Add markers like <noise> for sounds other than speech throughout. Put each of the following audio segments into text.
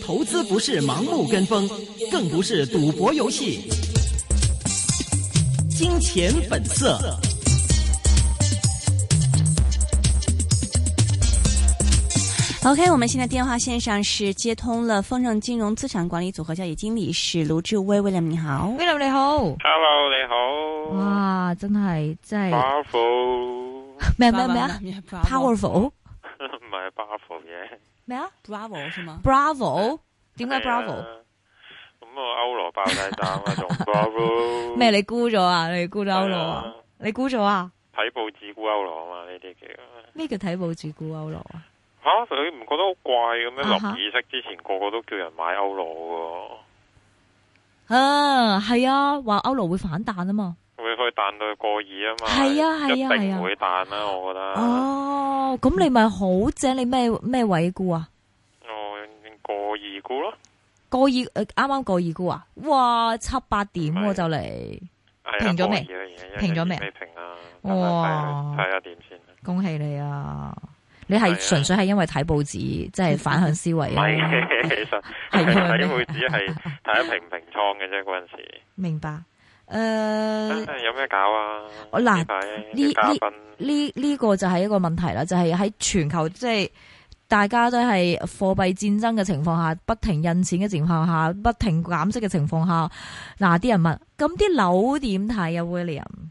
投資不是盲目跟風，更不是賭博遊戲。金錢本色。 OK，我們現在電話線上是接通了豐盛金融資產管理組合交易經理是盧志威 William，你好，William 你好，Hello 你好，哇，真係真係，powerful 哎咩咩咩啊，powerful。唔係 Bravo 嘅啊咩啊？Bravo 是嗎？Bravo 點解 Bravo？咁我歐羅爆晒膽啊， <laughs> 仲 Bravo 咩？你估咗啊？你估咗歐羅啊？你估咗啊？睇報紙估歐羅啊嘛？呢啲叫咩叫睇報紙估歐羅啊？吓，你唔覺得好怪嘅咩？落議息之前個個都叫人買歐羅喎。啊，係啊，話歐羅會反彈啊嘛。會去彈到過二啊嘛，係啊係啊一定會彈啦，我覺得。哦，咁你咪好正，你咩咩位估啊？哦，過二估咯，過二誒，啱啱過二估啊！哇，七八點喎就嚟，啊平咗未？平咗未？未平啊！哇，睇下點先。恭喜你啊！你係純粹係因為睇報紙，即係反向思維啊？啊係，其實係睇報紙係睇下平唔平倉嘅啫，嗰陣時。明白。呃誒，有咩搞啊？嗯嗱，呢呢呢呢個就係一個問題啦，就係喺全球即係大家都係貨幣戰爭嘅情況下，不停印錢嘅情況下，不停減息嘅情況下，嗱，啲人問，咁啲樓點睇啊，William？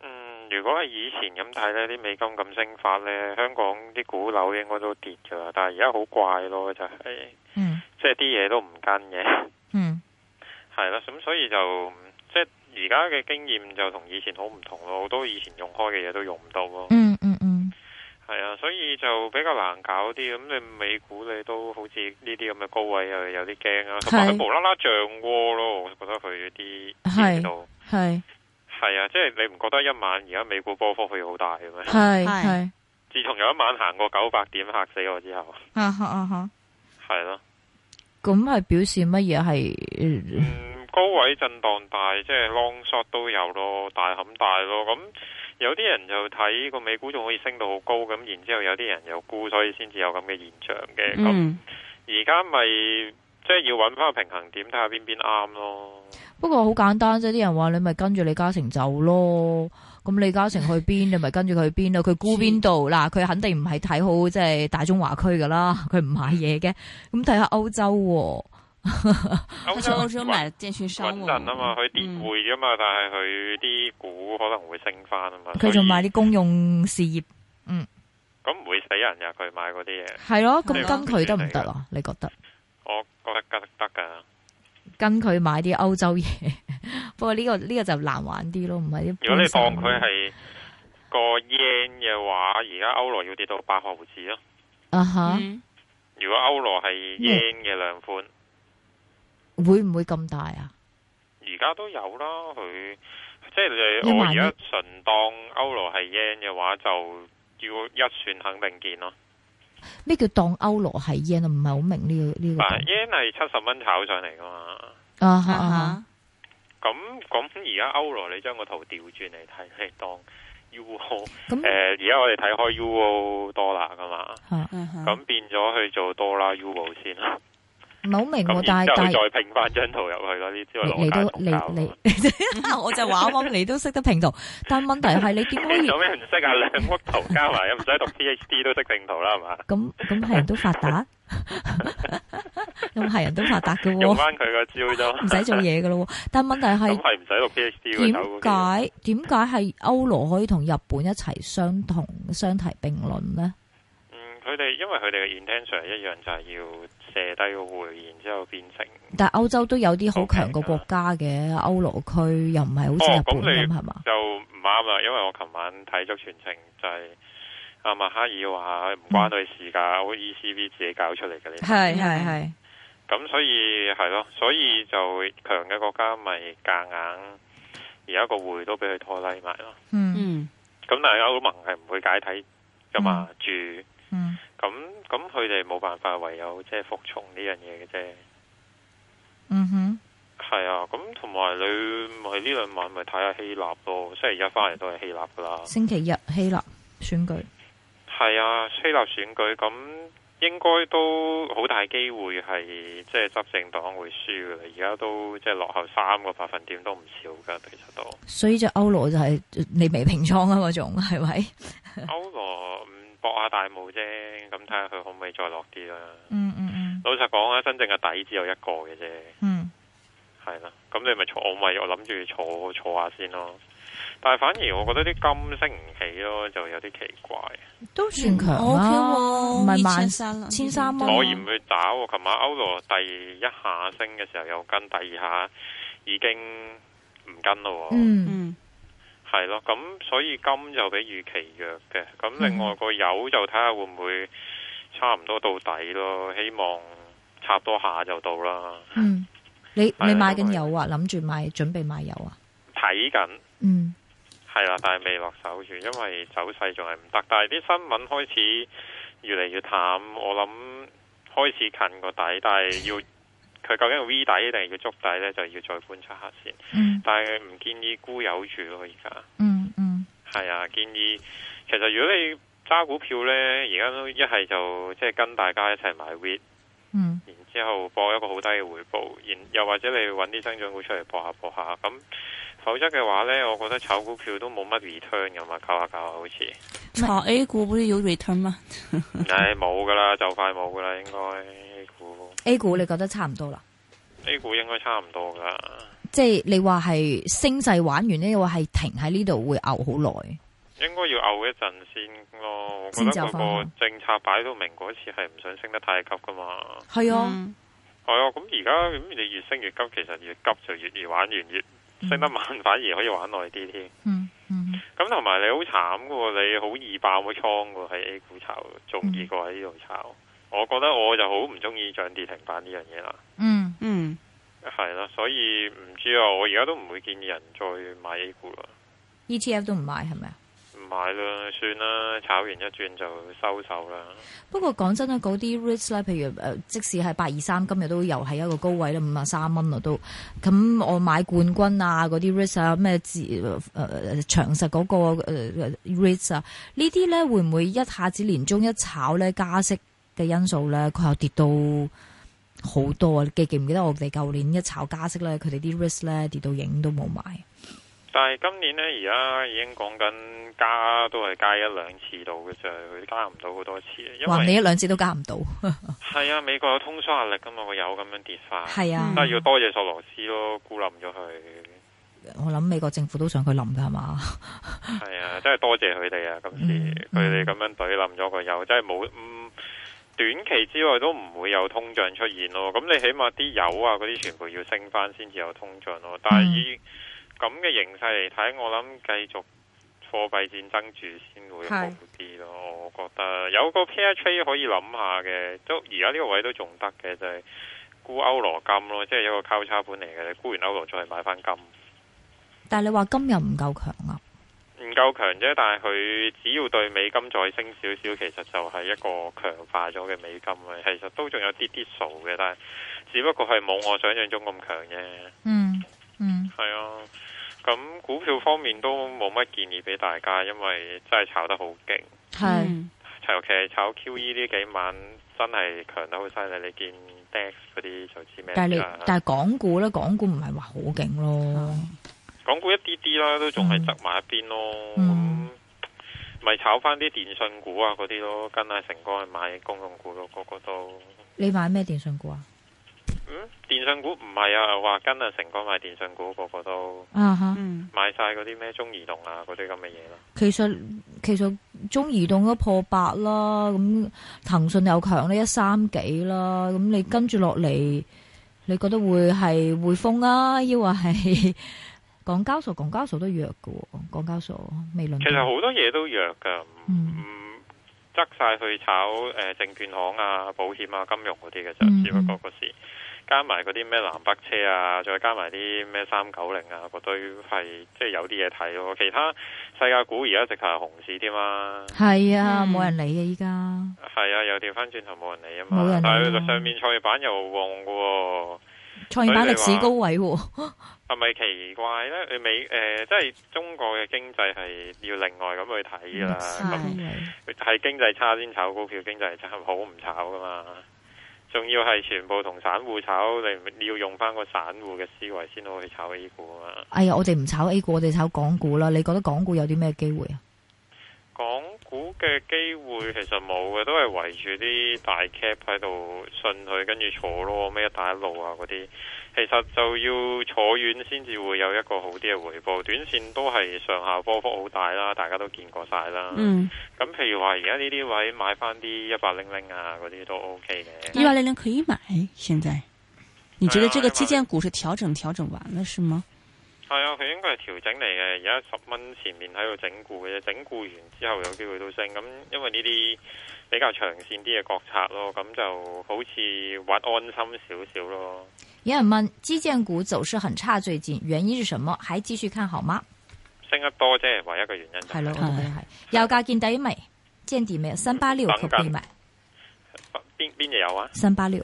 嗯，如果係以前咁睇呢，啲美金咁升法呢，香港啲股樓應該都跌噶啦，但係而家好怪咯，就係，嗯，即係啲嘢都唔跟嘅， <laughs> 嗯，係啦，咁所以就。而家嘅經驗就同以前好唔同咯，好多以前用開嘅嘢都用唔到咯。嗯嗯嗯，係啊，所以就比較難搞啲。咁你美股你都好似呢啲咁嘅高位又有啲驚啊，同埋佢無啦啦漲窩咯，我覺得佢啲係度係係啊，即係你唔覺得一晚而家美股波幅佢好大嘅咩？係係自從有一晚行過九百點嚇死我之後，啊哈啊哈，係咯、啊。咁係表示乜嘢係？呃嗯，高位震盪大，即係 long shot 都有咯，大冚大咯。咁有啲人就睇個美股仲可以升到好高，咁然之後有啲人又沽，所以先至有咁嘅現象嘅。嗯咁而家咪即係要揾翻個平衡點，睇下邊邊啱咯。不過好簡單啫，啲人話你咪跟住李嘉誠走咯。咁李嘉誠去邊，你咪跟住佢去邊咯。佢沽邊度嗯嗱，佢肯定唔係睇好即係大中華區噶啦，佢唔買嘢嘅。咁睇下歐洲喎，佢喺歐洲買電訊商穩陣啊嗯嘛，佢跌匯啫嘛，但係佢啲股可能會升翻啊嘛。佢仲買啲公用事業，嗯，咁唔會死人呀，佢買嗰啲嘢。係咯，咁跟佢得唔得啊？你覺得？我覺得得得噶。跟佢買啲歐洲嘢， <laughs> 不過呢個呢個就難玩啲咯，唔係啲。如果你當佢係個 yen 嘅話，而家歐羅要跌到八毫子咯。啊哈！嗯如果歐羅係 yen 嘅兩款，嗯會唔會咁大啊？而家都有啦，佢即係你我而家純當歐羅係 yen 嘅話，就要一算肯定見咯。咩叫當歐羅係 yen 啊？唔係好明呢個呢個。啊 yen 係七十蚊炒上嚟噶嘛？啊哈啊！咁咁而家歐羅你將個圖調轉嚟睇，你當 U <laughs> 誒，而家我哋睇開 U 多啦噶啊嘛，嗯咁變咗去做多啦 U 先啦。唔係好明喎，但係但係再拼翻張圖入去咯，呢招你都你你， <laughs> 我就話啱啱你都識得拼 <laughs> 圖，但問題係你點可以有咩唔識啊？兩幅圖加埋，唔使讀 PhD 都識拼圖啦，係嘛？咁咁係人都發 <laughs> 達，咁係人都發達嘅喎。用翻佢個招就唔使做嘢嘅咯。但問題係 <laughs> 咁係唔使讀 PhD 點解點解係歐羅可以同日本一齊相同相提並論呢？嗯佢哋因為佢哋嘅 intention 一樣，就係要射低個匯，然之後變成。但係歐洲都有啲好強嘅國家嘅歐羅區，又唔係好似日本哦咁係嘛？就唔啱啦，因為我琴晚睇足全程就係阿默克爾話唔關佢事㗎，ECB 自己搞出嚟嘅呢。係係係。咁所以係咯，所以就強嘅國家咪夾硬，而家個匯都俾佢拖拉埋咯。嗯。咁但係歐盟係唔會解體㗎嘛？住。嗯，咁咁佢哋冇辦法，唯有即係服從呢樣嘢嘅啫。嗯哼，係啊，咁同埋你咪呢兩晚咪睇下希臘咯，星期一翻嚟都係希臘噶啦。星期日希臘選舉，係啊，希臘選舉咁應該都好大機會係即係執政黨會輸噶啦，而家都即係落後三個百分點都唔少噶，其實都所以只歐羅就係你未平倉啊嗰種係咪？歐羅唔搏下大霧啫，咁睇下佢可唔可以再落啲啦。嗯嗯嗯老實講啊，真正嘅底只有一個嘅啫，嗯係啦。咁你咪坐，我咪我諗住坐坐下先咯。但係反而我覺得啲金升唔起咯，就有啲奇怪。都算強我 OK 啦，喎，唔係萬千三啦， 1300蚊我嫌佢打喎，琴晚歐羅第一下升嘅時候有跟，第二下已經唔跟咯喎。嗯嗯係咯，咁所以金就比預期弱嘅。咁另外個油就睇下會唔會差唔多到底咯，希望插多下就到啦。嗯，你係啊你買緊油啊？諗住買，準備買油啊？睇緊。嗯係啦，但係未落手住，因為走勢仲係唔得。但係啲新聞開始越嚟越淡，我諗開始近個底，但係要佢究竟係 V 底定係要捉底呢？就要再觀察下先。嗯但係唔建議沽有住咯，而家嗯嗯係啊，建議其實如果你揸股票呢，而家都一係就即係跟大家一齊買 V，嗯然之後博一個好低嘅回報，然又或者你揾啲增長股出嚟博下博下，咁否則嘅話呢，我覺得炒股票都冇乜 return 咁啊，搞下搞下好 <laughs> 似，炒 A 股不是有 return 吗？唉冇噶啦，就快冇噶啦，應該 A 股 A 股你覺得差唔多啦？ A 股應該差唔多噶啦，即係你話係升勢玩完呢，又話係停喺呢度會牛好耐。應該要嘔一陣先咯。我覺得先就嗰放個政策擺到明嗰次係唔想升得太急噶嘛。係啊，嗯係啊，咁而家咁你越升越急，其實越急就越易玩完，越升得慢反而可以玩耐啲添。嗯嗯咁同埋你好慘噶喎，你好易爆個倉噶喎喺 A 股炒，仲易過喺呢度炒。我覺得我就好唔中意漲跌停板呢樣嘢啦，嗯，嗯，係啦，所以唔知啊，我而家都唔會建議人再買 A 股啦， ETF 都唔買係咪啊？唔買啦，算啦，炒完一轉就收手啦。不過講真啦，嗰啲 REITs 咧，譬如誒、呃即使係八二三，今日都又係一個高位啦，五啊三蚊啦都。咁我買冠軍啊，嗰啲 REITs 啊，咩自誒誒長實嗰、個呃誒 REITs 啊，呢啲咧會唔會一下子年中一炒咧加息嘅因素咧，佢又跌到好多啊？記記唔記得我哋舊年一炒加息咧，佢哋啲 REITs 咧跌到影都冇埋。但係今年呢，而家已經講緊加都係加一兩次到嘅啫，佢加唔到好多次，啊因話你為一兩次都加唔到，係啊，美國有通縮壓力噶嘛，個油咁樣跌法，係啊嗯但係要多謝索羅斯咯，孤冧咗佢。我諗美國政府都想佢冧㗎係嘛？係啊，真係多謝佢哋啊！今次佢哋嗯咁樣懟冧咗個油，真係冇嗯短期之內都唔會有通脹出現咯。咁你起碼啲油啊嗰啲全部要升翻先至有通脹咯。但嗯係以咁嘅形勢嚟睇，我諗繼續貨幣戰爭住先會好啲咯。我覺得有個 pair trade 可以諗下嘅，都而家呢個位都仲得嘅，就係、沽歐羅金咯，即係一個交叉盤嚟嘅。你沽完歐羅再買翻金。但係你話今日唔夠強啊？唔夠強啫，但係佢只要對美金再升少少，其實就係一個強化咗嘅美金啊。其實都仲有啲啲數嘅，但係只不過係冇我想象中咁強啫。嗯嗯。係啊，咁股票方面都冇乜建議俾大家，因為真係炒得好勁，係嗯尤其係炒 QE 呢幾晚真係強得好犀利。你見 DAX 嗰啲就知咩但係事啊你啦。但係港股咧，港股唔係話好勁咯，港股一啲啲啦，都仲係側埋一邊咯。嗯咁咪、炒翻啲電信股啊嗰啲咯，跟阿成哥去買公用股咯，個個都。你買咩電信股啊？嗯，電信股唔係啊，話跟阿成哥買電信股，個個都啊哈！嗯買晒嗰啲咩中移動啊嗰啲咁嘅嘢啦。其實其實中移動都破八啦，咁騰訊又強呢一三幾啦，咁你跟住落嚟，你覺得會係匯豐啊，抑或係 <laughs> 港交所？港交所都弱嘅喎，港交所未輪到。其實好多嘢都弱噶，唔、嗯唔執晒去炒誒、呃證券行啊、保險啊、金融嗰啲嘅嗯就，只不過嗰時加埋嗰啲咩南北車啊，再加埋啲咩三九零啊，嗰堆係即係有啲嘢睇咯。其他世界股而家直頭係熊市添啦，係啊，嗯冇人理啊，依家。係啊，又調翻轉頭冇人理啊冇嘛人理啊。但係上面創業板又旺嘅喎、創業板歷史所以你話高位喎，係咪奇怪呢？你美誒、呃即係中國嘅經濟係要另外咁去睇㗎啦。咁嗯係經濟差先炒股票，經濟差好唔炒噶嘛。仲要係全部同散戶炒，你唔你要用翻個散戶嘅思維先好去炒 A 股啊嘛。哎呀，我哋唔炒 A 股，我哋炒港股啦。你覺得港股有啲咩機會啊？港股嘅機會其實冇嘅，都係圍住啲大 cap 喺度信佢，跟住坐咯，咩一帶一路啊嗰啲，其實就要坐遠先至會有一個好啲嘅回報。短線都係上下波幅好大啦，大家都見過晒啦。嗯，咁譬如話而家呢啲位買翻啲一百零零啊嗰啲都 OK 嘅。一八零零可以买，现在你觉得这个啊120基建股是调整调整完了是吗？係啊，佢應該係調整嚟嘅，而家十蚊前面喺度整固嘅啫，整固完之後有機會都升。咁因為呢啲比較長線啲嘅國策咯，咁就好似玩安心少少咯。有人問基建股走勢很差，最近原因是什麼？還繼續看好嗎？升得多即係唯一嘅原因就係係咯，我係覺得係。油價見底未？見底未？三八六可唔可以買？邊邊嘢有啊？三八六，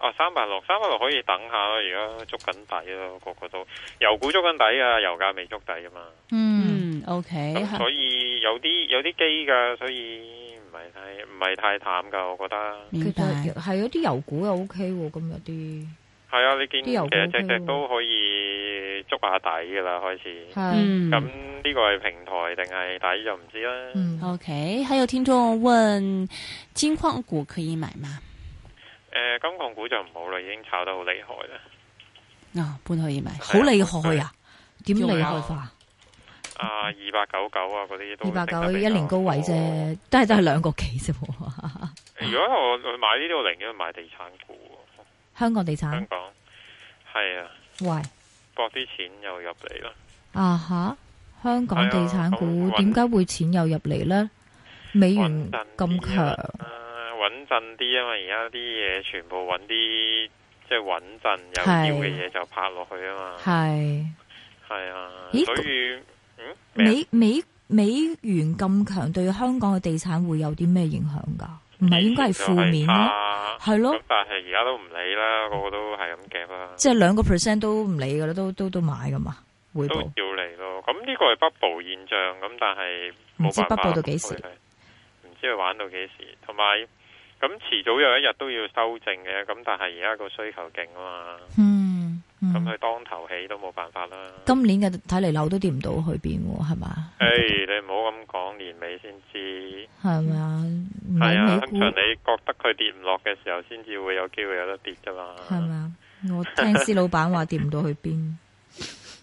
哦，三百六，三百六可以等下咯，而家捉緊底咯，個個都油股捉緊底啊，油價未捉底啊嘛。嗯，嗯，OK，咁所以有啲有啲機㗎，所以唔係太唔係太淡㗎，我覺得。明其白實。係有啲油股又 OK 喎，咁有啲係啊，你見啲其油股實隻 OK 隻喎都可以捉下底噶啦，開始。係嗯咁呢個係平台定係底就唔知啦。嗯，OK，还有听众问金矿股可以买吗？诶、金礦股就唔好啦，已經炒得好厲害啦。啊，不可以买。好厲害啊！點厲害法？啊，二八九九啊，嗰啲都二百升得九比一較年高位多。啫，都係都係兩個幾啫喎。如果我去買呢啲，我寧願買地產股。香港地香產，港係啊，喂博啲錢又入嚟啦。啊吓，香港地產股係啊點解會錢又入嚟呢？美元穩陣咁啲啊強，啊穩陣啲啊嘛！而家啲嘢全部揾啲即係穩陣係有料嘅嘢就拍落去啊嘛。係係啊，咦所以嗯咩啊美美美元咁強對香港嘅地產會有啲咩影響㗎？啊唔係應該係負面咯，咯係咯咁，但係而家都唔理啦，個個都係咁夾啦，即係兩個 percent 都唔理㗎啦，都都都買㗎嘛，回都報。要嚟咯。咁呢個係北部現象，咁但係唔知冇辦北法部到幾時唔知佢玩到幾時，同埋咁遲早有一日都要修正嘅。咁但係而家個需求勁啊嗯，嘛，咁嗯佢當頭起都冇辦法啦。今年嘅睇嚟樓都跌唔到去邊喎，係嘛？誒、你唔好咁講，年尾先知。係咪啊？唔係啊，係通美股常你覺得佢跌唔落嘅時候，先至會有機會有得跌㗎嘛。係咪啊？我聽施老闆話跌唔到去邊。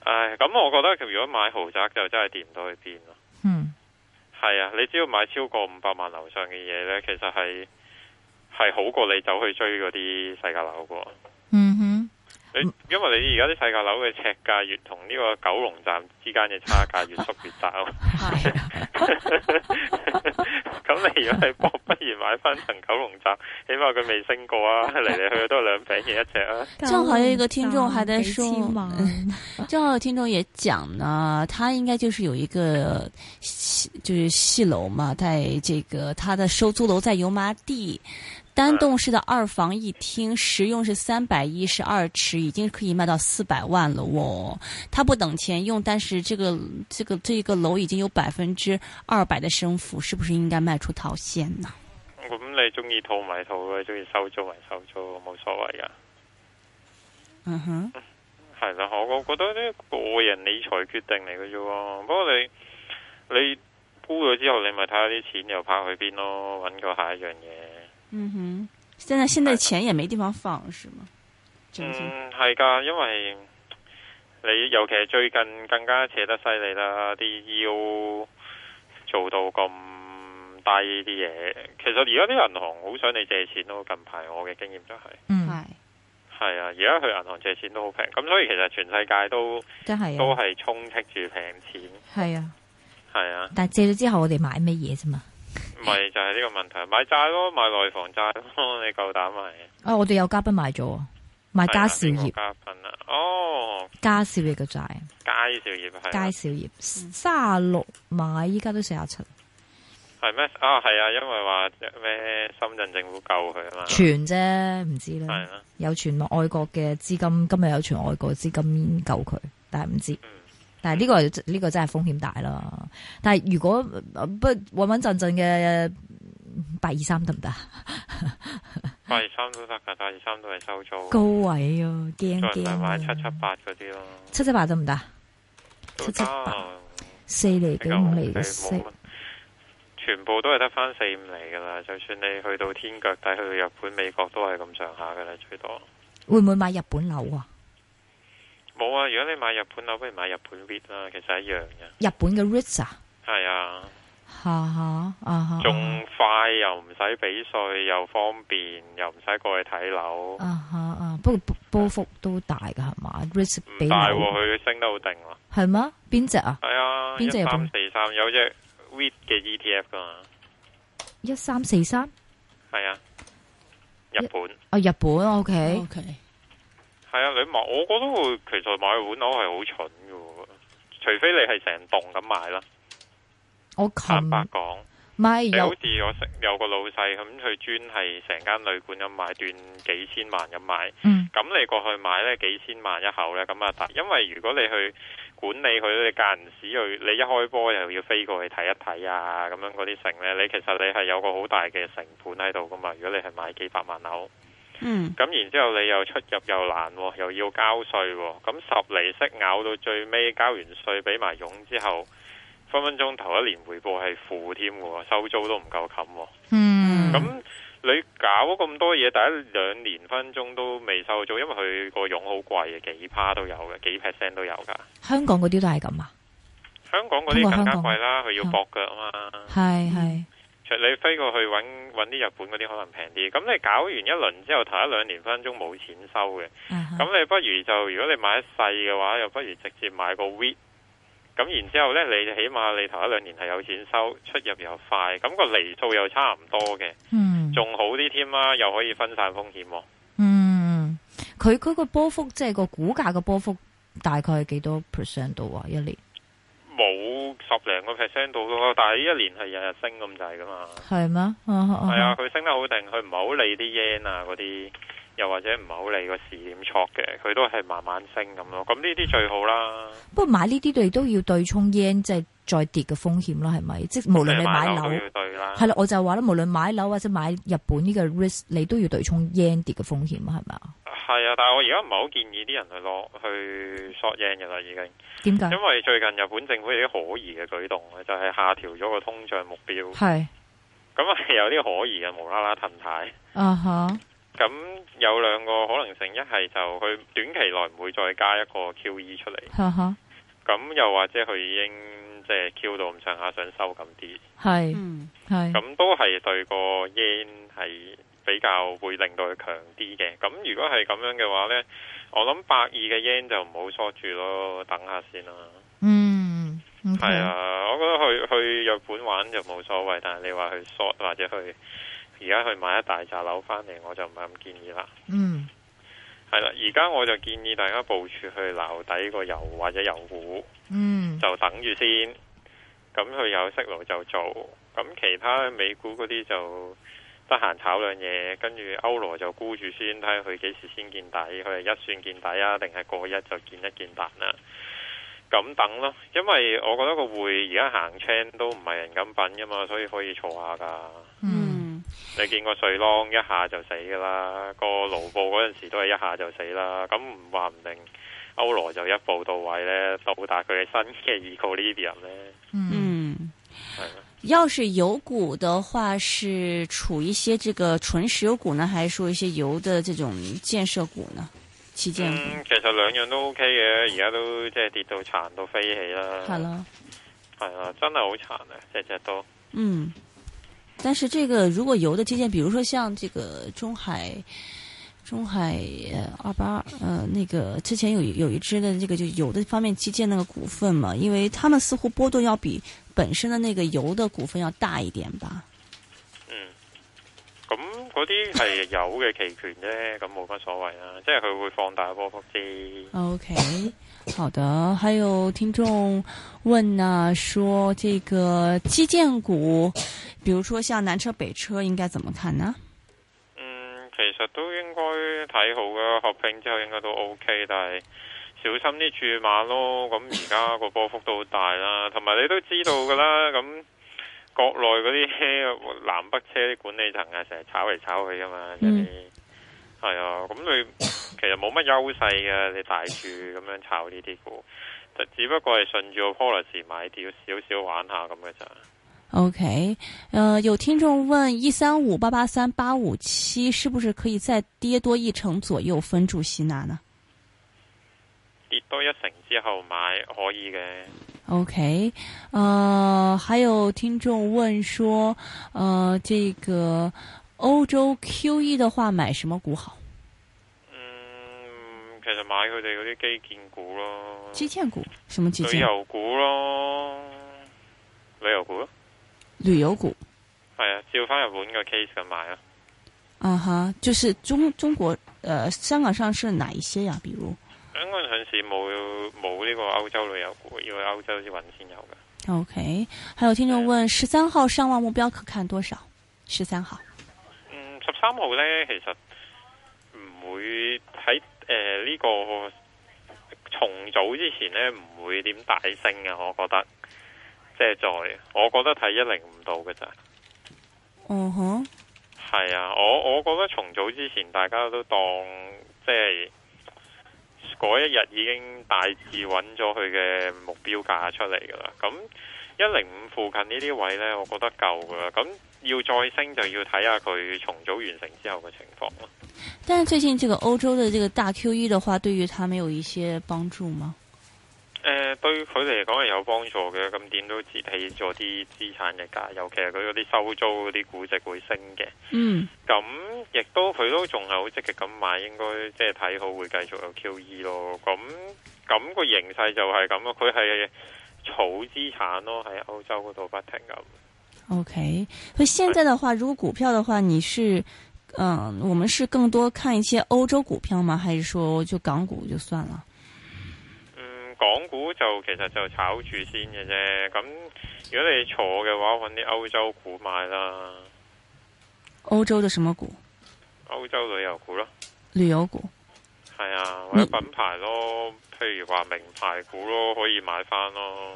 唉，咁我覺得佢如果買豪宅就真係掂唔到去邊咯。嗯，係啊，你只要買超過五百萬樓上嘅嘢呢，其實係係好過你走去追嗰啲細價樓喎。嗯哼，你因為你而家啲細價樓嘅尺價越同呢個九龍站之間嘅差價越縮越窄啊嘛。 <laughs> 係 <laughs> 咁你如果係搏，不如買翻層九龍站，起碼佢未升過啊，嚟嚟去去都係兩餅嘢一隻啊。正好有一个听众还在说幾千萬正好有听众也讲呢，他应该就是有一个戏，就是戏楼嘛，在这个他的收租楼在油麻地，单栋式的二房一厅，实用是三百一十二尺，已经可以卖到四百万了哦。他不等钱用，但是这个这个这个楼已经有百分之二百的升幅，是不是应该卖出套现呢？咁你中意套咪套咯，你中意收租咪收租，冇所謂噶。嗯哼，係啦，我我覺得呢個人理財決定嚟嘅啫喎。不過你你沽咗之後，你咪睇下啲錢又拍去邊咯，揾個下一樣嘢。嗯哼，现在现在钱也没地方放是吗？整体嗯，係㗎，因為你尤其係最近更加扯得犀利啦，啲腰做到咁低啲嘢。其實而家啲銀行好想你借錢咯，近排我嘅經驗就係、嗯，哎係啊，而家去銀行借錢都好平，咁所以其實全世界都真係都啊，係充斥住平錢，係啊。係啊。但係借咗之後，我哋買咩嘢啫嘛？咪就係呢個問題，買債咯，買內房債咯，你夠膽買？啊，我哋有嘉賓買咗啊，買係啊佳兆邊個啊業，嘉賓啊，哦，佳兆業嘅債，佳兆業係佳啊兆業三十六買，依家都四十七，係咩？啊，係啊，因為話咩深圳政府救佢啊嘛，傳啫，唔知啦。係啊啦，有傳外國嘅資金，今日有傳外國資金救佢，但係唔知。嗯。但係呢、個呢、個真係風險大啦。但係如果呃不穩穩陣陣嘅八二三得唔得啊？八二三都得噶，八二三都係收租，高位啊，驚再唔驚係啊買七七八嗰啲咯，七七八得唔得啊？都七七八得。四厘比幾較五冇厘嘅乜息，，全部都係得翻四五厘噶啦。就算你去到天腳底，去到日本、美國都係咁上下噶啦，最多。會唔會買日本樓啊？冇啊！如果你買日本樓，不如買日本 REIT 啦，其實一樣嘅。日本嘅 REITs 啊？係啊，吓吓啊哈仲快又唔使俾稅，又方便，又唔使過去睇樓。啊哈啊！不過波波幅都大噶係嘛？risk 比嗯樓唔大喎，佢升得好定喎。係嗎？邊隻啊？係啊，邊一隻日本三四三有隻 REIT 嘅 E ETF 噶嘛？一三四三係啊，日本。啊！日本哦 OK， OK，係啊，你買，我覺得會其實買碗樓係好蠢嘅喎，除非你係成棟咁買啦。我坦琴白講，唔係你嗯好有似我識有個老細咁，佢專係成間旅館咁買，斷幾千萬咁買。嗯咁你過去買呢幾千萬一口呢，咁啊大，因為如果你去管理佢，你間唔時去，你一開波又要飛過去睇一睇啊，咁樣嗰啲成呢，你其實你係有個好大嘅成本喺度噶嘛。如果你係買幾百萬樓。嗯咁然之後你又出入又難喎，又要交稅喎，咁十厘息咬到最尾交完稅俾埋佣之後，分分鐘頭一年回報係負添喎，收租都唔夠冚喎。嗯咁、你搞咁多嘢，第一兩年分分鐘都未收租，因為佢個佣好貴嘅，幾趴都有嘅，幾 percent 都有㗎。香港嗰啲都係咁啊，香港通過嗰啲更加香港貴啦，佢要嗯搏腳啊嘛。係係其實你飛過去揾揾啲日本嗰啲可能平啲，咁你搞完一輪之後，頭一兩年分分鐘冇錢收嘅。啊哈咁你不如就如果你買一世嘅話，又不如直接買個 w e e 咁然之後呢，你起碼你頭一兩年係有錢收，出入又快，咁、個厘數又差唔多嘅，嗯仲好啲添啦，又可以分散風險喎。嗯，佢嗰個波幅即係個股價嘅波幅大概係幾多 percent 度啊？一年冇十零個 percent 到咯，但係呢一年係日日升咁滯噶嘛。係咩？啊哈啊係啊，哈佢升得好定，佢唔係好理啲 yen 啊嗰啲，又或者唔係好理個市點錯嘅，佢都係慢慢升咁咯。咁呢啲最好啦。不過買呢啲都亦都要對沖 yen 即係再跌嘅風險啦，係咪？即係無論你買都樓。要對啦。係啦，我就話啦，無論買樓或者買日本呢個 risk，你都要對沖 yen 跌嘅風險，係咪啊？係啊，但係我而家唔係好建議啲人去攞去 short yen 嘅啦，已點經，解？因為最近日本政府有啲可疑嘅舉動，啊就係、下調咗個通脹目標，係咁係有啲可疑嘅無啦啦褪軚。啊哈，咁有兩個可能性，一係就佢短期內唔會再加一個 QE 出嚟，哈哈，咁又或者佢已經即係 Q 到咁上下想收咁啲，係嗯係咁都係對個 yen 係比較會令到佢強啲嘅。咁如果係咁樣嘅話呢，我諗百二嘅 yen 就唔好 short 住咯，等下先啦。嗯，OK，係啊，我覺得去去日本玩就冇所謂，但係你話去 short 或者去而家去買一大扎樓翻嚟，我就唔係咁建議啦。嗯係啦，而家我就建議大家部署去撈底個油或者油股，嗯就等住先。咁佢有息路就做，咁其他美股嗰啲就得閒炒兩嘢，跟住歐羅就沽住先，睇下佢幾時先見底，佢係一算見底啊，定係過一就見一見彈啦。咁等咯，因為我覺得個匯而家行 chain 都唔係人咁品噶嘛，所以可以坐下噶。嗯，嗯你見個瑞郎一下就死噶啦，個盧布嗰陣時都係一下就死啦。咁唔話唔定歐羅就一步到位呢，到達佢嘅新嘅 equilibrium 呢。嗯嗯，係咯要是油股的话，是处一些这个纯石油股呢，还是说一些油的这种建设股呢？旗舰股？嗯，其實兩樣都 OK 嘅，而家都即係跌到殘到飛起啦。好了。係啊，真係好殘啊，隻隻都。嗯，但是这个如果油的基建，比如说像这个中海，中海二八呃那个之前有有一支的这个就油的方面基建那个股份嘛，因为他们似乎波动要比本身的那个油的股份要大一点吧。嗯，咁嗰啲係有嘅期權啫，咁冇乜所謂啦。即係佢會放大波幅啲。 OK，好的。还有听众问呢、说这个基建股比如说像南车北车应该怎么看呢？嗯，其實都應該睇好嘅，合併之後應該都 OK，但係小心啲注碼咯。咁而家個波幅都好大啦， <laughs> 同埋你都知道噶啦，咁國內嗰啲呃南北車啲管理層啊，成日炒嚟炒去噶嘛，即係係啊。咁你其實冇乜優勢嘅，你大注咁樣炒呢啲股，就只不過係順住個 policy 買啲少少玩下咁嘅咋。 OK，呃，有听众问一三五八八三八五七是不是可以再跌多一成左右分注吸纳呢跌多一成之後買可以嘅。 ？OK，呃，还有听众问说，呃，这个欧洲 QE 的话买什么股好？嗯，其實買佢哋嗰啲基建股咯，基建股？什么基旅建？遊股咯，旅遊股咯，旅游股？係啊，照翻日本個 case 咁買啊。啊哈，就是中中国呃香港上市哪一些呀？比如香港上市冇冇呢個歐洲旅遊股，要去歐洲先揾先有嘅。 OK，还有听众问十三号上望目标可看多少？十三号。嗯，十三號呢，其實唔會喺誒呢個重組之前呢，唔會點大升嘅，我覺得。即係在，我覺得睇一零五度嘅咋。嗯哼，係啊，我我覺得重組之前，大家都當即係嗰一日已經大致揾咗佢嘅目標價出嚟㗎啦。咁一零五附近呢啲位呢，我覺得夠㗎啦。咁要再升就要睇下佢重組完成之後嘅情況咯。但是最近这个欧洲的这个大 QE 的话，对于他们有一些帮助吗？誒、對佢嚟講係有幫助嘅，咁點都折起咗啲資產嘅價，尤其係佢嗰啲收租嗰啲估值會升嘅。嗯咁亦都佢都仲係好積極咁買，應該即係睇好會繼續有 QE 咯。咁咁、個形勢就係咁咯，佢係儲資產咯，喺歐洲嗰度不停咁。 ，OK。所以现在的话，如果股票的话，你是嗯、我们是更多看一些欧洲股票吗？还是说就港股就算了？嗯，港股就其實就炒住先嘅啫。咁如果你坐嘅話，揾啲歐洲股買啦，欧洲的什么股？歐洲旅遊股咯，旅游股。係啊，或者品牌咯，譬如話名牌股咯，可以買翻咯。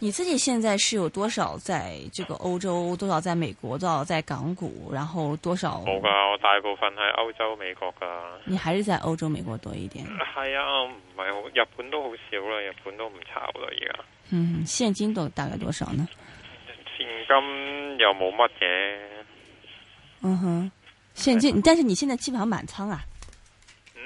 你自己现在是有多少在这个欧洲，多少在美国，多少在港股，然后多少？冇㗎，我大部分喺歐洲、美國㗎。你还是在欧洲、美国多一点。系啊，唔系好，日本都好少啦，日本都唔炒啦，而家嗯，现金都大概多少呢？现金又冇乜嘢，嗯哼，现金，但是你现在基本上满仓啊？嗯，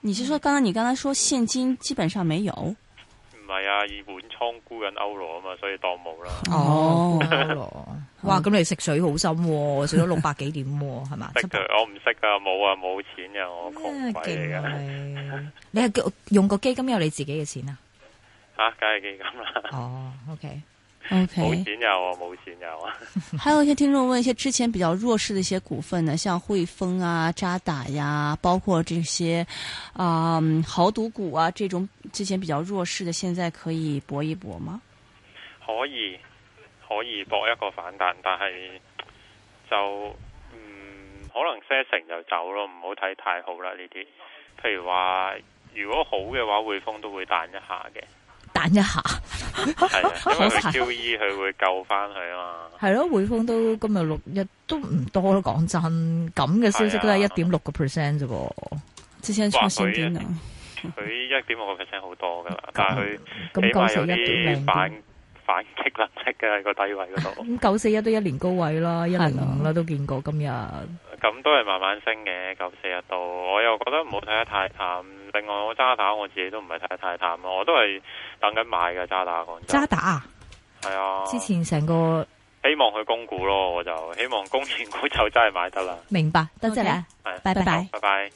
你是说刚刚你刚才说现金基本上没有？唔系啊，以滿倉沽緊歐羅啊嘛，所以當冇啦。哦，歐 <laughs> 羅哇！咁你食水好深喎，食咗六百幾點喎，係嘛？識佢，我唔識噶，冇啊，冇錢嘅，我窮真鬼係嚟勁啊嘅，你！你係用個基金有你自己嘅錢啊？吓，梗係基金啦，哦，OK，冇 OK，錢有啊，冇錢有啊，还有一些听众问一些之前比较弱势的一些股份呢，像汇丰啊、渣打呀，包括这些啊、嗯豪赌股啊这种之前比较弱势的，现在可以搏一搏吗？可以可以搏一個反彈，但係就嗯可能些成就走咯，唔好睇太好啦呢啲。譬如話，如果好嘅話，匯豐都會彈一下嘅。彈一下系啊，因為佢 QE 佢會救翻佢啊嘛。係咯，匯豐都今日六日都唔多咯，講真，咁嘅消息都係一係啊點六個 percent 啫喎。之前创新低呢哇？佢一點六個 percent 好多噶啦，但係咁佢咁起九碼有四一點啲零反啲，反擊能力嘅喺個低位 <laughs> 嗰度，咁九四一都一年高位啦，一零係五咯啦都見過今日。哦咁都係慢慢升嘅九四一度。我又覺得唔好睇得太淡。另外我渣打我自己都唔係睇得太淡咯，我都係等緊買嘅渣打講真渣。打啊係啊，之前成個希望佢供股咯，我就希望供完股就真係買得啦。明白，多謝你啊，係拜拜。拜拜。